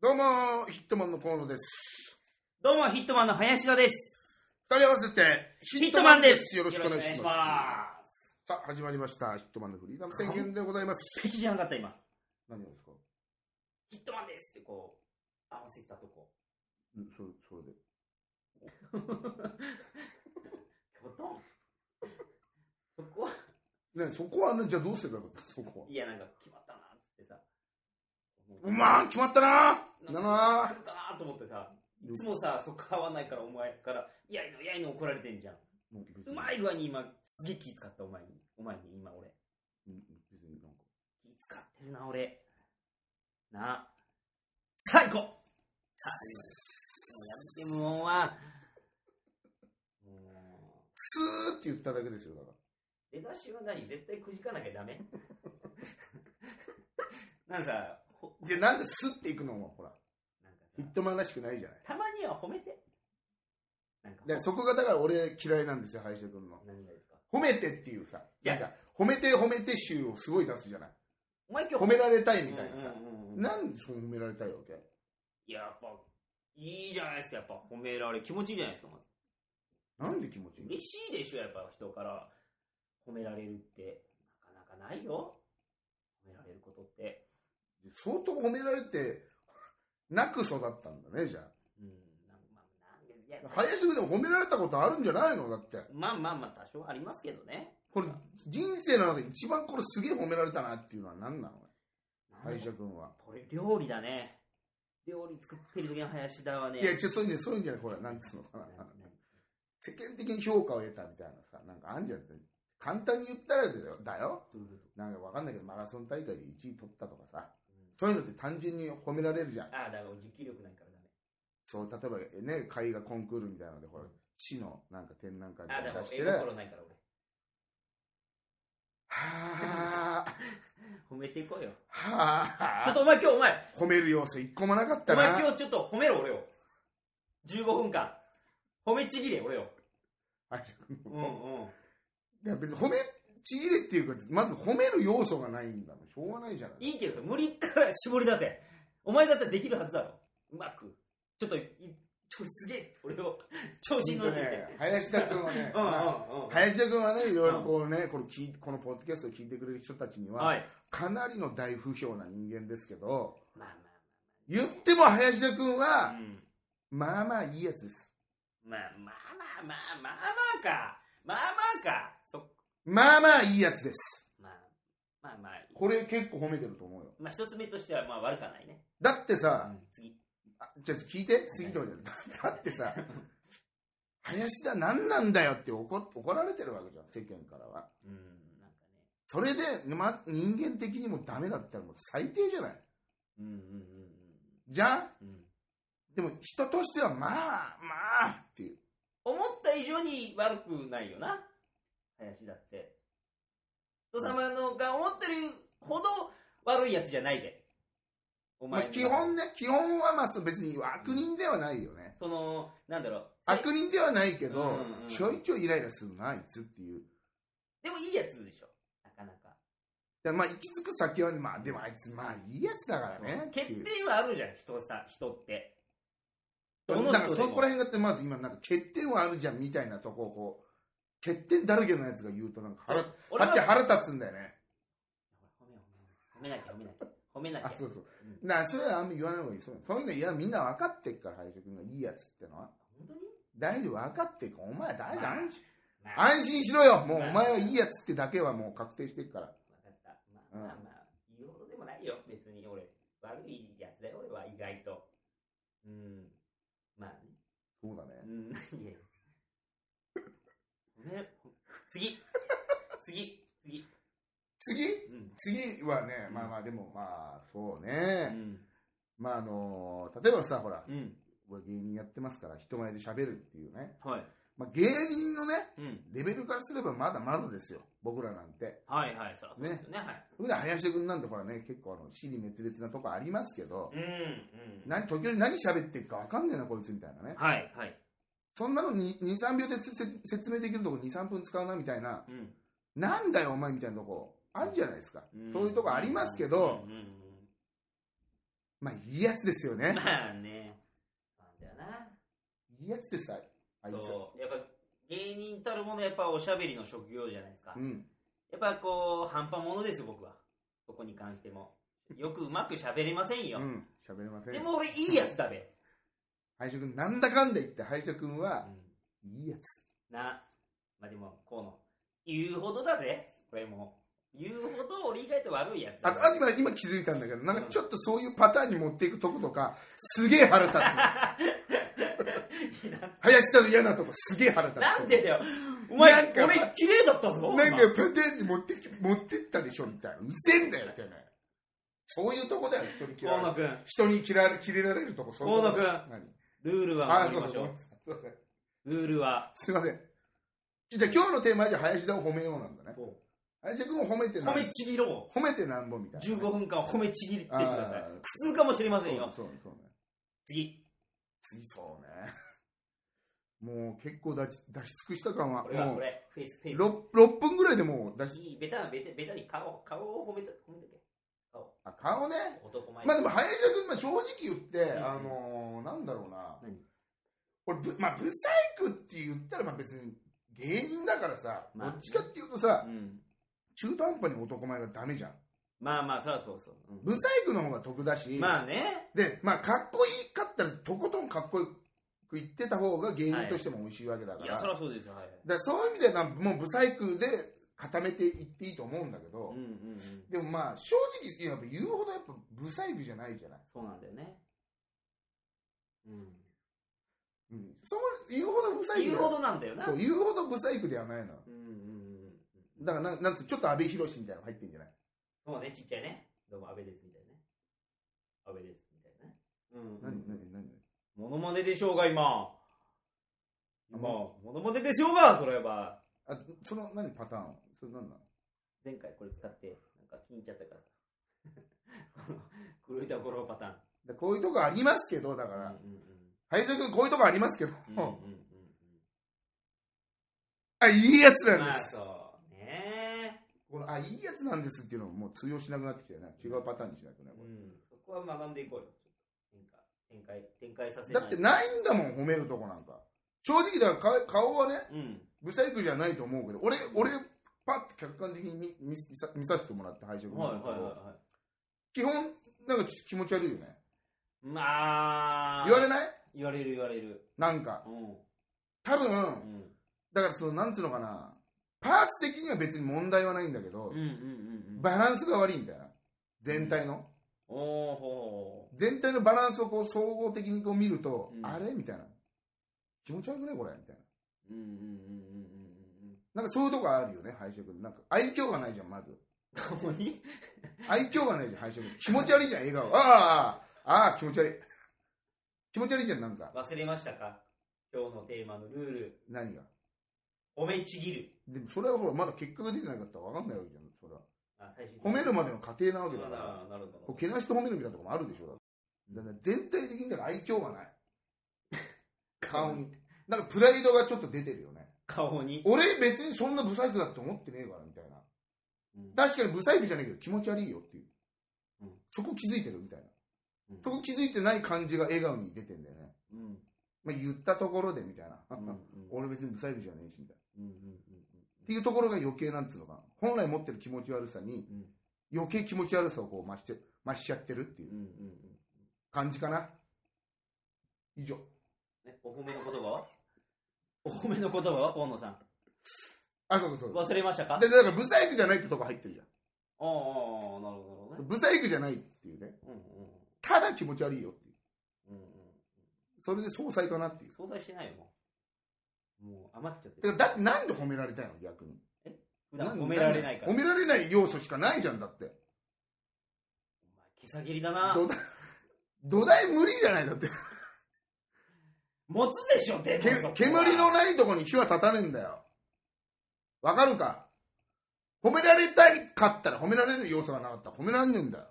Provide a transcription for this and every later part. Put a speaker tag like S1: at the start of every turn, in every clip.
S1: どうも、ヒットマンの河野です。
S2: どうも、ヒットマンの林田です。
S1: 二人合わせて、ヒ
S2: ヒットマンです。
S1: よろしくお願いします。
S2: ます。
S1: さあ、始まりました。ヒットマンのフリーダム宣言でございます。
S2: 素敵じゃなかった、今。
S1: 何をですか
S2: ヒットマンですってこう、合わせたとこ。
S1: うん、それ、それで。
S2: ひょとんそこは、
S1: ね、そこはね、じゃあどうすればよかったそこは。
S2: いや、なんか決まったなってさ。
S1: うまー決まったなーな
S2: な
S1: んな
S2: か、来るかなと思ってさ。いつもさ、そこ合わないから、お前から、いやいの、いやいの怒られてんじゃん。
S1: もう別に
S2: うまい具合に今、すげえ気使った、お前に。お前に、今俺。
S1: うんうん別になんか
S2: 気使ってるな、俺。な。最高さあ、始まりましたもうやめて、無音は。もう、
S1: スーって言っただけですよ、だか
S2: 出だしは何絶対くじかなきゃダメ なんかさ、ほ
S1: ら。じゃあなんでスっていくのは、ほら、
S2: なんか
S1: ヒ
S2: さ
S1: ットマンらしくないじゃない。
S2: たまには褒めて。なんか、
S1: でそこがだから俺嫌いなんですよ、林く君の。
S2: 何がですか
S1: 褒めてっていうさ、
S2: い
S1: な
S2: や
S1: んか、褒めて褒めて集をすごい出すじゃない。
S2: お前今日
S1: 褒められたいみたいなさ。
S2: うんうんうんうん
S1: なんでその褒められたいわけ
S2: いや、やっぱ、いいじゃないですか、やっぱ褒められ、気持ちいいじゃないですか、まず。
S1: なんで気持ちいいの
S2: 嬉しいでしょ、やっぱ人から褒められるって、なかなかないよ。褒められることって。
S1: 相当褒められて、なく育ったんだね、じゃ
S2: うん、なんまあ、なんで、いや
S1: あ。、林くんでも褒められたことあるんじゃないのだって。
S2: まあまあまあ、多少ありますけどね。
S1: これ、人生の中で一番これすげえ褒められたなっていうのは何なの
S2: なん
S1: 林
S2: で
S1: く君は。
S2: これ、料理だね。料理作ってる時の林田はね。
S1: いや、ちょっとそういうんじゃそういうんじゃない、ほら、なんつうのかな
S2: な。な
S1: 世間的に評価を得たみたいなさ、なんかあんじゃん。簡単に言ったらだよ。だよ。
S2: どういうこと
S1: なんかわかんないけど、マラソン大会で1位取ったとかさ。
S2: うん
S1: そういうのって単純に褒められるじゃん。
S2: ああ、だから、持久力ないからダメ。
S1: そう、例えばね、絵画コンクールみたいなので、ほら、市のなんか展覧会
S2: ああ、だ
S1: で
S2: から
S1: 出、して
S2: 絵
S1: る。
S2: 心ないから俺。
S1: はあ、
S2: 褒めていこうよ。
S1: はあ、
S2: ちょっとお前今日お前、
S1: 褒める要素一個もなかっ
S2: お
S1: たな。
S2: 前今日ちょっと褒めろ俺を。15分間。褒めちぎれ俺を。
S1: はい
S2: うんうん。
S1: いや別に褒めちぎれっていうか、まず褒める要素がないんだもん。しょうがないじゃない。
S2: いいけどさ、無理から絞り出せ。お前だったらできるはずだろ。うまく。ちょっと、いちょすげえ、俺を、調子に乗
S1: ほん
S2: っ
S1: と
S2: て
S1: ね
S2: て。、
S1: 林田君はね、
S2: うんうん
S1: まあ
S2: うん。
S1: 林田君はね、いろいろこうね、この聞いこのポッドキャストを聞いてくれる人たちには、
S2: はい。
S1: かなりの大不評な人間ですけど、
S2: まあ
S1: 言っても林田君
S2: まあ。う
S1: は、
S2: ん。
S1: まあまあいいやつです。
S2: まあまあまあまあまあまあか。まあまあか。そ
S1: まあまあいいやつです。
S2: まあまあまあ。
S1: これ結構褒めてると思うよ。
S2: まあ一つ目としてはまあ悪かないね。
S1: だって
S2: う
S1: さ、
S2: ん、次。
S1: あじゃあ聞いて、次とかじゃないだってさ、林田何なんだよって怒っ怒られてるわけじゃん、世間からは。
S2: うん、なんかね。
S1: それで、まず人間的にもダメだったらもう最低じゃない。
S2: うんうん
S1: じゃん
S2: うんうん。うん
S1: でも人としてはまあ、まあっていう。
S2: 思った以上に悪くないよな林だって人様のが思ってるほど悪いやつじゃないでお
S1: まあ
S2: 前に
S1: 基
S2: は
S1: 本ね、基本はまあそう別に悪人ではないよね。
S2: そのなんだろうせ
S1: 悪人ではないけど、
S2: うんうん
S1: ちょいちょいイライラするな、あいつっていう。
S2: でもいいやつでしょなかなか
S1: でまあ行き着く先はね、まあでもあいつまあいいやつだからね
S2: そう
S1: って
S2: 欠
S1: いう。
S2: 点はあるじゃん人さ人って
S1: だ
S2: どの
S1: から
S2: 人
S1: そ
S2: でも
S1: こら辺がってまず今なんか欠点はあるじゃんみたいなとこをこう欠点だらけのやつが言うとなんか
S2: そう
S1: 腹
S2: 俺
S1: あっち
S2: は
S1: 腹立つんだよね
S2: 褒めよう褒めよう褒めなきゃ
S1: あ
S2: 褒めなきゃ褒めなきゃ
S1: そうそう
S2: うん
S1: なあそれはあんま言わない方がいいそうそういうのいやみんな分かってっから林君がいいやつってのは
S2: 本当に、
S1: 大丈夫分かってっからお前大丈夫
S2: まあ
S1: 安心
S2: まあ、
S1: 安心しろよもうお
S2: まあ
S1: 前はいいやつってだけはもう確定してっから
S2: 分かったま
S1: う
S2: あ
S1: ん
S2: まあまあ言うほどでもないよ別に俺悪いやつだよ俺は意外とうんまあね
S1: そうだ
S2: う
S1: ね
S2: んいやごめん次次次
S1: 次
S2: うん
S1: 次はね、
S2: うん
S1: まあまあでもまあそう
S2: う
S1: ね、
S2: ん
S1: まああの例えばさほら
S2: うん
S1: 俺芸人やってますから人前で喋るっていうね、
S2: はい
S1: まあ、芸人のね
S2: うん
S1: レベルからすればまだまだですよ、僕らなんて。
S2: はいはいそう
S1: ね
S2: そうですよねはい
S1: 普段林田君なんてほらね、結構あの、死に滅裂なとこありますけど、
S2: うんうん
S1: 何、時折何喋ってるか分かんねえな、こいつみたいなね。
S2: はいはい
S1: そんなのに2、3秒でせ説明できるとこ2、3分使うなみたいな、
S2: うん
S1: なんだよお前みたいなとこ、あるじゃないですか。
S2: うん
S1: そういうとこありますけど
S2: うんうんうん
S1: まあ、いいやつですよね。
S2: まあね。なんだよな。
S1: いいやつです、ああいつ。
S2: そう。やっぱ芸人たるものやっぱおしゃべりの職業じゃないですか。
S1: うん。
S2: やっぱこう、半端ものですよ、僕は。そこに関しても。よくうまく喋れません
S1: う
S2: よ。
S1: ん。喋れませ
S2: で
S1: ん。
S2: も俺いいやつだべ。
S1: 敗色君、なんだかんだ言って敗色君
S2: う
S1: は、
S2: ん
S1: いいやつ。
S2: な。まあでも、こうの。言うほどだぜ。これも。言うほど俺意外と悪いやつ
S1: あ
S2: だ
S1: と、あと今今気づいたんだけど、なんかちょっとそういうパターンに持っていくとことか、すげえ腹 立つ。林田の嫌なとこ、すげえ腹立つ。
S2: なんでだよ。お前、
S1: なんか
S2: 俺綺麗だったぞ。
S1: なんか
S2: 今
S1: パターンに持ってき持ってったでしょみたいな。うぜえんだよみたいな。そういうとこだよ、人に嫌
S2: 河
S1: われ
S2: 野
S1: る。
S2: くん、
S1: 人に嫌われ、キレられるとこ、そういうとこ
S2: 河野
S1: 何
S2: ルールは
S1: あ、
S2: 守
S1: そ
S2: り
S1: う
S2: ま
S1: そう
S2: し
S1: そ
S2: ょ
S1: う
S2: う。。
S1: すいません
S2: ルールは。
S1: すいません。じゃあ今日のテーマはじゃあ林田を褒めようなんだね。
S2: こ
S1: 林田君を褒めて
S2: う
S1: な
S2: 褒
S1: ん
S2: めちぎろ
S1: 褒めてなんぼみ
S2: う。
S1: たいなね。
S2: 15分間褒めちぎってくださ
S1: あー
S2: い。苦痛かもしれませんよ。
S1: そうそうそうね。
S2: 次。
S1: 次そうね。もう結構出し出し尽くした感は、
S2: これは
S1: も
S2: こ
S1: う
S2: れ。フェイス、フェイス。
S1: 6, 6分ぐらいでもう出し、
S2: いい、ベタな、ベタ、ベタに顔、顔を褒めと、褒めとけ。顔。
S1: あ、顔ね。
S2: 男前。
S1: まあでも林田君、まあ、正直言って、
S2: ん
S1: あのー、なんだろうな
S2: 何。
S1: 俺ぶ、まあ、ブサイクって言ったら、まあ別に芸人だからさ、
S2: まあ
S1: どっちかっていうとさ、
S2: うん。
S1: 中途半端に男前がダメじゃん。
S2: まあまあ、そうそうそう。うん
S1: ブサイクの方が得だし、
S2: まあね。
S1: で、まあ、かっこいいかったら、とことんかっこよく言ってた方が芸人としても美味しいわけだか
S2: い
S1: ら、
S2: や、そ
S1: だか
S2: りゃそうですよ。はい。
S1: らそういう意味では、もうブサイクで固めていっていいと思うんだけ
S2: う
S1: ど
S2: ん、うんうん。
S1: でもまあ、正直言えば言うほどやっぱブサイクじゃないじゃない。
S2: そうなんだよね。うん。
S1: うん、その言うほどブサイク
S2: 言う
S1: で
S2: ほどなんだよな。
S1: そう言うほどブサイクではないの。
S2: うんうんうん。
S1: だからなん、なんつうちょっと阿部寛みたいなの入ってんじゃない
S2: そうね、ちっちゃいね。どうも、安倍です、みたいなね。安倍です、みたいなね。うん。
S1: 何何何
S2: モノマネでしょうが、今。まあ、
S1: も
S2: モノマネでしょうが、それは。
S1: あ、その何パターンそれ何なの
S2: 前回これ使って、なんか気に入っちゃったから。この黒いところパターン。
S1: でこういうとこありますけど、だか
S2: うん
S1: ら、
S2: う
S1: 林田君こういうとこありますけど、
S2: んうん。うんうんうん
S1: あ、いいやつ
S2: う。
S1: なんん
S2: ま
S1: で
S2: あ、
S1: す。
S2: そう。ね
S1: このあ、いいやつなんですっていうのももう通用しなくなってきてね。違うパターンにしなくな
S2: う
S1: い、これ
S2: ん。そこは学んでいこうよ。展開、展開、展開させ
S1: だってないんだもん、褒めるとこなんか。正直だからか顔はね、
S2: うん。
S1: ブサイクじゃないと思うけど、俺、俺、パッと客観的に見見見さ見させてもらって配色
S2: はいはいはいは
S1: 基本、なんかち気持ち悪いよね。
S2: い。まあ、
S1: 言われ
S2: る。
S1: ない
S2: 言われる言われる。
S1: なんか、
S2: うん。
S1: 多分、
S2: うん。
S1: だからその、なんつうのかな、パーツ的には別に問題はないんだけど
S2: うん、うんうんうん。
S1: バランスが悪いみたいな。全体の。
S2: おおほ
S1: 全体のバランスをこう、総合的にこう見ると、
S2: うん
S1: あれみたいな。気持ち悪くないこれみたいな。
S2: う。うんうんうんうん
S1: なんかそういうとこあるよね、配色。なんか、愛嬌がないじゃん、まず。
S2: うんうん。ここ に
S1: 愛嬌がないじゃん、配色。気持ち悪いじゃん、笑顔。ああ、ああ、気持ち悪い。気持ち悪いじゃん、なんか。
S2: 忘れましたか今日のテーマのルール。
S1: 何が。
S2: 褒めちぎる。
S1: でもそれはほら、まだ結果が出てなかったら分かんないわけじゃん、それは。
S2: あ、最初に
S1: 褒めるまでの過程な
S2: あ
S1: わ
S2: な
S1: け
S2: る
S1: だ
S2: ほ
S1: から。
S2: ど。なるほ
S1: こ
S2: ど
S1: うけなして褒めるみたいなとこもあるでしょ、だから全体的にだから愛嬌がない。顔に。なんかプライドがちょっと出てるよね。
S2: 顔に。
S1: 俺別にそんなブサイクだって思ってねえから、みたいな。
S2: うん
S1: 確かにブサイクじゃないけど気持ち悪いよっていう。
S2: うん
S1: そこ気づいてるみたいな。
S2: うん
S1: そこ気づいてない感じが笑顔に出てんだよね。
S2: うんうん
S1: まあ、言ったところでみたいな。
S2: うんうん
S1: 俺別にブサイクじゃねえしみたいな。
S2: うんうん
S1: っていうところが余計なんつうのかな。本来持ってる気持ち悪さに
S2: うん
S1: 余計気持ち悪さをこう増しちゃ増しちゃってるってい
S2: うん
S1: う
S2: うんうん
S1: 感じかな。以上。
S2: えお褒めの言葉はお褒めの言葉は河野さん。
S1: あ、そうそうそう。
S2: 忘れましたか
S1: で、だからブサイクじゃないってとこ入ってるじ
S2: おーおーなるほど
S1: ゃん。
S2: ね。
S1: ブサイクじゃないっていうね。
S2: うんうん
S1: ただ気持ち悪いよっていう。
S2: うんうん。
S1: それで総裁かなっていう。
S2: 相殺してないよ、もう。もう余っちゃって
S1: だ
S2: る。
S1: からだってなんで褒められたいの逆に。
S2: 普段褒められないから。
S1: 褒められない要素しかないじゃんだって
S2: お前毛先りだな。
S1: 土台土台無理じゃないだって
S2: 持つでしょ、でも
S1: け
S2: そこは
S1: 煙のないとこに火は立たねえんだよわかるか褒められたいかったら褒められる要素がなかったら褒められねえんだよ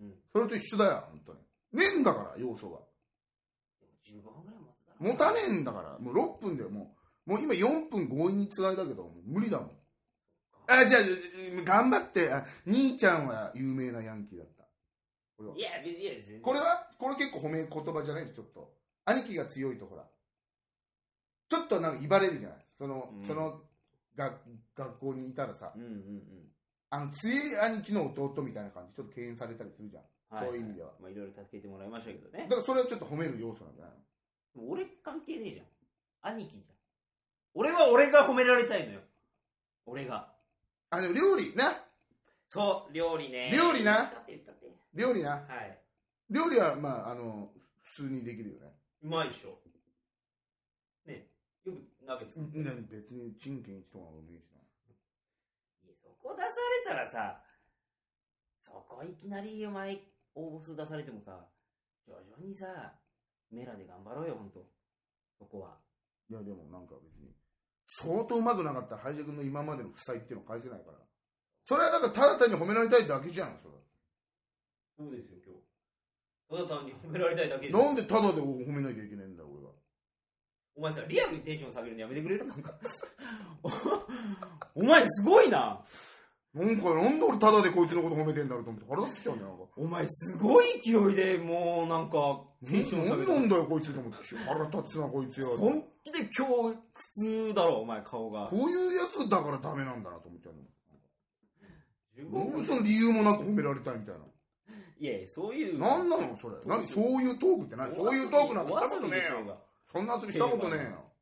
S2: うん。
S1: それと一緒だよ本当にねえんだから要素が
S2: 15分ぐらい持つだろ。。
S1: 持たねえんだからもう6分だよもうもう今4分強引につがいだけどもう無理だもんあじゃあじゃあじゃあ頑張ってあ兄ちゃんは有名なヤンキーだったこれはい
S2: や、別にいやです
S1: これはこれ結構褒め言葉じゃないちょっと。兄貴が強いとほら、ちょっとなんか威張れるじゃないその、
S2: うん
S1: その、が学校にいたらさ、
S2: うんうんうん。
S1: あの、強い兄貴の弟みたいな感じ、ちょっと敬遠されたりするじゃん。
S2: は
S1: そういう意味では。
S2: まあ、いろいろ助けてもらいましたけどね
S1: だ。からそれはちょっと褒める要素なんじゃないの
S2: でも俺関係ねえじゃん。兄貴じゃん。俺は俺が褒められたいのよ。俺が。
S1: あ、でも料理な、
S2: そう、料理ね。
S1: 料理な
S2: 言ったって言ったって。
S1: 料理な。
S2: はい。
S1: 料理は、まあ、あの、普通にできるよね。
S2: うまいでしょ。ねよく鍋作って。
S1: うん、別に、陳建一とかもいいしな。
S2: いやそこ出されたらさ、そこいきなりお前、応募数出されてもさ、徐々にさ、メラで頑張ろうよ、ほんと。そこは。
S1: いや、でもなんか別に、相当うまくなかったら、ハイジャ君の今までの負債っていうの返せないから。それはなんかただ単に褒められたいだけじゃん、それ。
S2: そうですよ、今日。ただ単に褒められたいだけで。
S1: なんでただで褒めなきゃいけないんだ、俺は。
S2: お前さ、リアルにテンション下げるのやめてくれるなんか。 お前すごいな。
S1: なんか、なんで俺ただでこいつのこと褒めてんだろうと思って腹立ってきたんだよ、なんか。
S2: お前すごい勢いでもうなんか、テンション下げ
S1: なんな
S2: る。
S1: んだよ、こいつと思って。腹立つな、こいつよ。
S2: 本気で今日苦痛だろ、お前顔が。
S1: こういうやつだからダメなんだなと思っちゃうの。
S2: 15
S1: なんでその理由もなく褒められたいみたいな。
S2: いやいや、そういう。
S1: なんなのそれ。何そういうトークって何そういうトークなんかしたことねえ
S2: お遊びでしょう
S1: よ。
S2: が
S1: そんな遊びしたことねえよ。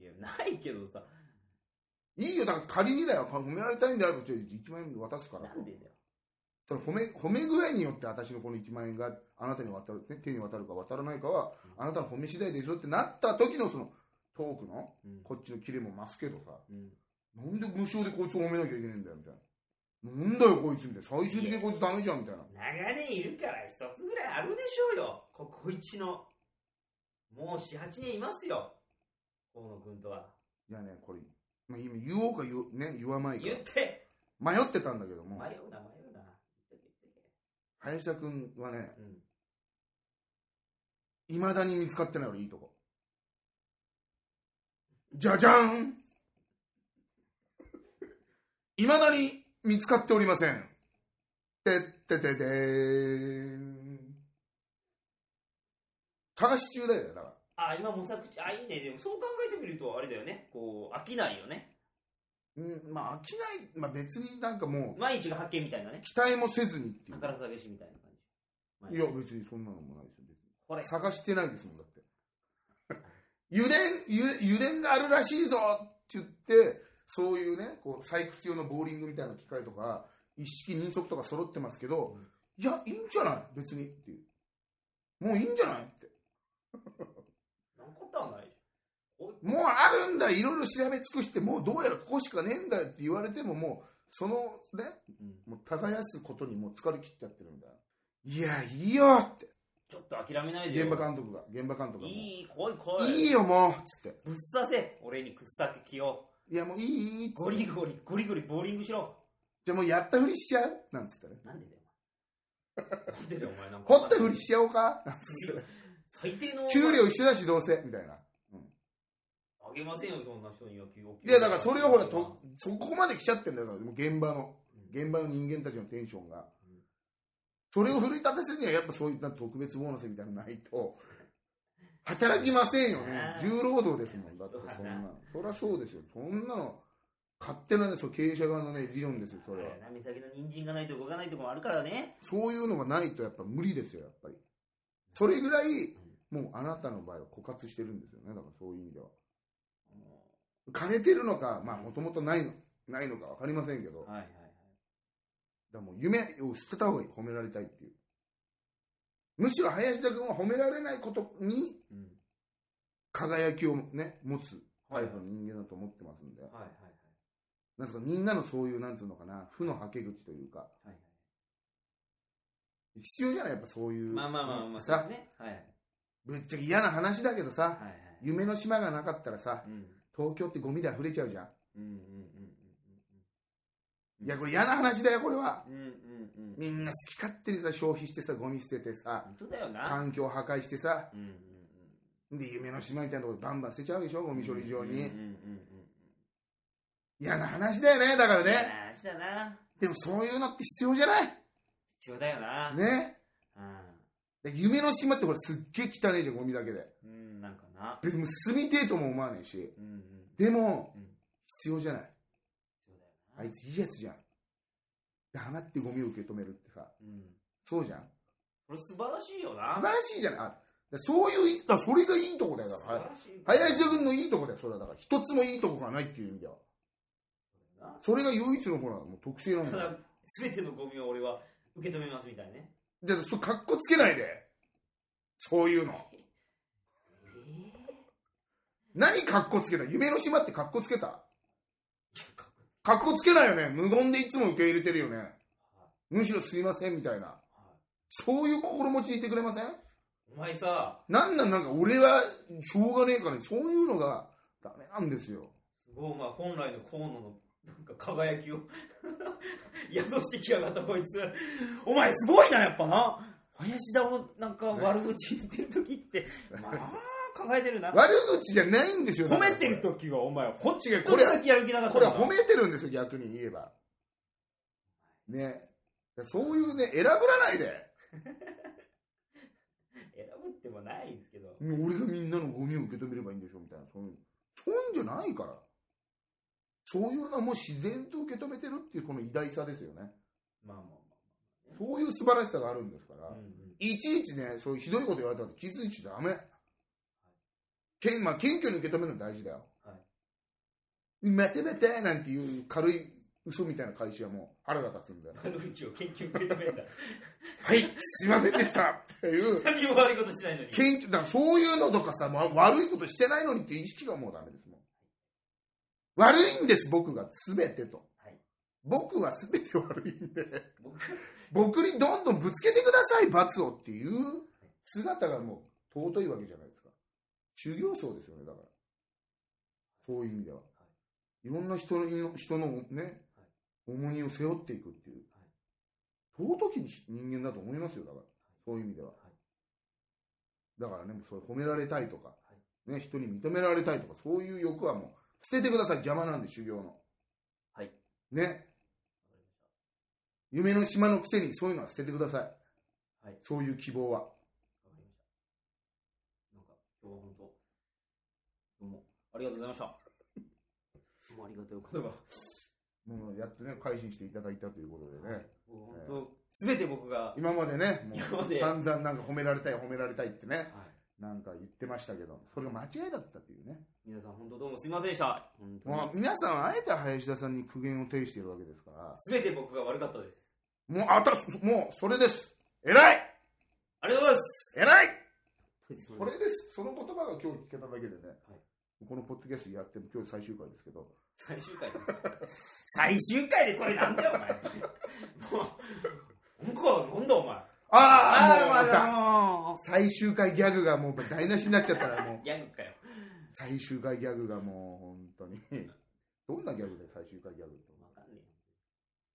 S2: いや、ないけどさ、
S1: いいよ、だから仮にだよ。褒められたいんであれば、ちょ1万円渡すから
S2: な。んでだよ。
S1: それ褒め、褒め具合によって私のこの1万円があなたに渡る、ね、手に渡るか渡らないかは、あなたの褒め次第でしょってなった時のそのトークの、
S2: うん
S1: こっちのキレも増すけどさ、
S2: うん
S1: なんで無償でこいつを褒めなきゃいけねえんだよ、みたいな。なんだよ、こいつ、みたいな。最終的にこいつダメじゃん、みたいな。
S2: 長年いるから一つぐらいあるでしょうよ。ここ一の。もう7、8年いますよ。河野くんとは。
S1: いやね、これ、まあ、今言おうか言おう、ね、言わないか
S2: 言って
S1: 迷ってたんだけど
S2: 迷
S1: も、
S2: うな、迷うな。言ってけ言って
S1: 林田君はね、
S2: けうん。
S1: いまだに見つかってない俺いいとこじゃじゃーんいまだに見つかっておりませんてってててーん探し中だよだから
S2: あ、今模索中。あ、いいね。でもそう考えてみると、あれだよね。こう、飽きないよね。
S1: うんまあ飽きない、まあ、別になんかもう
S2: 毎日が発見みたいなね。
S1: 期待もせずにっていう
S2: 宝探しみたいな感じ。
S1: いや別にそんなのもないですよ別に
S2: これ、
S1: 探してないですもんだって油田ゆ油田があるらしいぞって言ってそういうねこう採掘用のボーリングみたいな機械とか一式二足とか揃ってますけど、
S2: うん
S1: いやいいんじゃない別にっていうもういいんじゃないって
S2: なんことはないじゃん。おい
S1: もうあるんだいろいろ調べ尽くしてもうどうやらここしかねえんだよって言われてももうそのね
S2: うん
S1: もう耕すことにもう疲れ切っちゃってるんだよいやいいよって
S2: ちょっと諦めないでよ。
S1: 現場監督が現場監督がもう
S2: いい、来い来い。
S1: いいよもうっつって
S2: ぶっ刺せ俺に掘削機を
S1: いやもういいいいっつって
S2: ゴリゴリゴリゴリボーリングしろ
S1: じゃあもうやったふりしちゃうなんつったね。
S2: なんでだよお前なんでだよお前なんか
S1: 掘ったふりしちゃおうか
S2: 最低の
S1: 給料一緒だしどうせみたいな。
S2: あげませんよそんな人には給料
S1: いやだからそれをほらと、そこまで来ちゃってんだよ。だからもう現場の、現場の人間たちのテンションが
S2: うん。
S1: それを奮い立てるにはやっぱそういった特別ボーナスみたいなのないと、働きませんよね
S2: あ。ー
S1: 重労働ですもん。だってそんなの。そりゃそうですよ。そんなの、勝手なね、そう経営者側のね、理論ですよ、そ
S2: そ
S1: れ
S2: れ
S1: は
S2: は。波先の人参がないと動かないとこもあるからね
S1: そういうのがないとやっぱ無理ですよ、やっぱり。それぐらい、もうあなたの場合は枯渇してるんですよね、だからそういう意味では。枯れてるのか、まあもともとないの、ないのか分かりませんけど、だか
S2: はいはいはい
S1: らもう夢を捨てた方がいい、褒められたいっていう。むしろ林田君は褒められないことに
S2: うん
S1: 輝きをね、持つタ
S2: はい
S1: イ
S2: は
S1: プ
S2: い
S1: の人間だと思ってますんで、
S2: はいはい
S1: なんですかみんなのそういう、なんつうのかな、負のはけ口というか、
S2: はい
S1: 必要じゃない、やっぱそういう。
S2: まあまあまあまあそうです
S1: さ、
S2: ねはいはい
S1: ぶっちゃけ嫌な話だけどさ、
S2: はい
S1: 夢の島がなかったらさ、
S2: うん
S1: 東京ってゴミで溢れちゃうじゃん。
S2: うんうんうん
S1: いや、これ嫌な話だよ、これは。
S2: うんうんうんうん
S1: みんな好き勝手にさ、消費してさ、ゴミ捨ててさ、
S2: 本当だよな
S1: 環境破壊してさ、
S2: うんうんうん
S1: で、夢の島みたいなとこでバンバン捨てちゃうでしょ、ゴミ処理場
S2: うんうん
S1: に。
S2: うん
S1: 嫌な話だよね、だから
S2: うん
S1: ね。
S2: 話だな
S1: でもそういうのって必要じゃない
S2: 必要だよな
S1: ね。
S2: うん
S1: で夢の島ってこれすっげえ汚いじゃん、ゴミだけで。
S2: うん、なんかな。
S1: 別に住みてえとも思わねえし。
S2: うんうん。
S1: でも、
S2: うん
S1: 必要じゃない。
S2: そうだよな。
S1: あいついいやつじゃん。黙ってゴミを受け止めるってさ、
S2: うん。
S1: そうじゃん。
S2: これ素晴らしいよな。
S1: 素晴らしいじゃない。あだそういうい、だそれがいいとこだよ。だ
S2: 素
S1: から
S2: 晴らしい。
S1: 林田君のいいとこだよ、それは。だから、一つもいいとこがないっていう意味では。
S2: な。
S1: それが唯一のほら、もう特性なん
S2: た
S1: だよ。
S2: だ、すべてのゴミを俺は受け止めますみたいなね。
S1: で、そ、かっこつけないで。そういうの。
S2: えぇ、
S1: 何かっこつけた夢の島ってかっこつけた
S2: かっこ
S1: かっこつけないよね。無言でいつも受け入れてるよね。
S2: は
S1: むしろすいません、みたいな。
S2: いは
S1: そういう心持ちでいてくれません
S2: いお前さ、
S1: なんなんなんか俺はしょうがねえから、そういうのがダメなんですよ。
S2: すごいお前本来の河野のなんか輝きを 宿してきやがったこいつ。お前すごいな、やっぱな。林田をなんか悪口言ってる時って、まあ、考えてるな。
S1: 悪口じゃないんですよ。
S2: 褒めてる時はお前、ほっち
S1: 違う
S2: こ
S1: こ
S2: れ
S1: れ
S2: だけやる気なかった
S1: こ
S2: ん
S1: れ
S2: だ
S1: は褒めてるんですよ、逆に言えば。ね。そういうね、選ぶらないで。
S2: 選ぶってもないですけど。
S1: もう俺がみんなのゴミを受け止めればいいんでしょみたいな。そういう、そういうんじゃないから。そういうのはもう自然と受け止めてるっていうこの偉大さですよね。
S2: まあまあ
S1: そういう素晴らしさがあるんですから。
S2: まあ。うんうん。
S1: いちいちね、そういうひどいこと言われたら気づいちゃダメ。けんまあ、謙虚に受け止めるの大事だよ。
S2: は
S1: 待て待てなんていう軽い嘘みたいな返しはもう腹が立つんだよ。
S2: 悪口を研究受け止めるんだ。
S1: はい、すいませんでしたっていう。
S2: 何も悪いことしないのに。
S1: 謙虚だからそういうのとかさ、まあ悪いことしてないのにっていう意識がもうダメですもん。悪いんです、僕が全てと。
S2: はい
S1: 僕は全て悪いんで、
S2: 僕
S1: 僕にどんどんぶつけてください、罰をっていう姿がもう尊いわけじゃないですか。修行僧ですよね、だから。そういう意味では。いろんな人の人のね、重荷を背負っていくっていう。尊き人間だと思いますよ、だから。そういう意味では。だからね、そう褒められたいとか、ね、人に認められたいとか、そういう欲はもう捨ててください、邪魔なんで、修行の。
S2: はい。
S1: ね。夢の島のくせにそういうのは捨ててください。
S2: はい
S1: そういう希望は。
S2: わかりました。なんか、今日は本当、どうも、ありがとうございました。どうもありがとうございます。
S1: もうやっとね、改心していただいたということでね。
S2: もう本当、すべて僕が、
S1: 今までね、
S2: 今
S1: も
S2: ま
S1: う
S2: で
S1: 散々なんか褒められたい、褒められたいってね、
S2: はい
S1: なんか言ってましたけど、それが間違いだったっていうね。
S2: 皆さん本当どうもすいませんでした。本当
S1: もう。
S2: に
S1: 皆さんはあえて林田さんに苦言を呈しているわけですから、
S2: すべて僕が悪かったです。
S1: もう、あた、もう、それです。偉い
S2: ありがとうございます。
S1: 偉いこ
S2: これ
S1: れです。その言葉が今日聞けただけでね、
S2: は
S1: このポッドキャストやっても今日最終回ですけど、
S2: 最終回です。 最終回でこれなんだよ、お前。もう、なんか、なんだお前。
S1: ああ
S2: あ
S1: もう
S2: あ、ま
S1: また
S2: だ、も
S1: 最終回ギャグがもう台無しになっちゃったらもう
S2: う。、ギャグかよ。
S1: 最終回ギャグがもう本当に。 どんなギャグだよ、最終回ギャグって。
S2: わかんね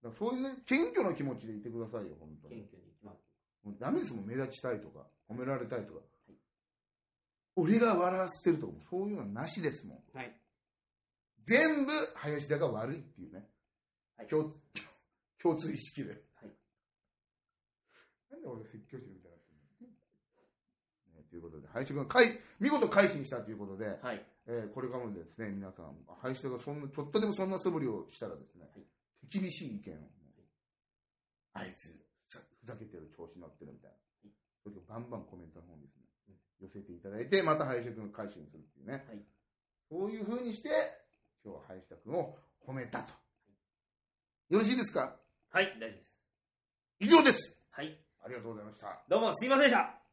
S1: だからそういうね、謙虚な気持ちでいてくださいよ、本当
S2: え。謙
S1: に。
S2: 虚に行きます。
S1: もうダメですもん、目立ちたいとか、褒められたいとか。俺が笑わせてるとか、そういうのはなしですもん。
S2: はい。
S1: 全部、林田が悪いっていうね。
S2: はい
S1: 共共通意識で。
S2: はい
S1: なんで俺が説教してるみたいになってんのねということで、林田君がかい、見事改心したということで、
S2: はい。
S1: えーこれからもですね、皆さん、林田がそんな、ちょっとでもそんな素振りをしたらですね、
S2: はい
S1: 厳しい意見を、あいつ、ふざふざけてる、調子乗ってるみたいな。それをバンバンコメントの方にですね、寄せていただいて、また林田君が改心するっていうね。
S2: はい
S1: そういう風にして、今日は林田君を褒めたと。よろしいですか
S2: はい、大丈夫です。
S1: 以上です
S2: はい。
S1: ありがとうございました。
S2: どうもすいませんでした。